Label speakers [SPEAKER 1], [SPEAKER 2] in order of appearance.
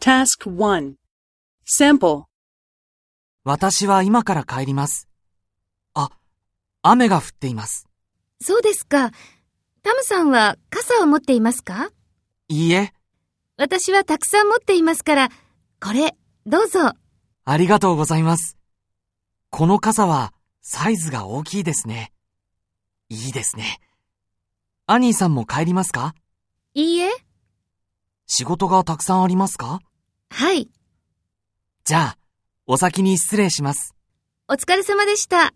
[SPEAKER 1] Task 1. Sample.
[SPEAKER 2] 私は今から帰ります。あ、雨が降っています。
[SPEAKER 3] そうですか。タムさんは傘を持っていますか
[SPEAKER 2] いいえ、
[SPEAKER 3] 私はたくさん持っていますから、これ、どうぞ。
[SPEAKER 2] ありがとうございます。この傘はサイズが大きいですね。いいですね。アニーさんも帰りますか
[SPEAKER 3] いいえ。
[SPEAKER 2] 仕事がたくさんありますか
[SPEAKER 3] はい。
[SPEAKER 2] じゃあ、お先に失礼します。
[SPEAKER 3] お疲れ様でした。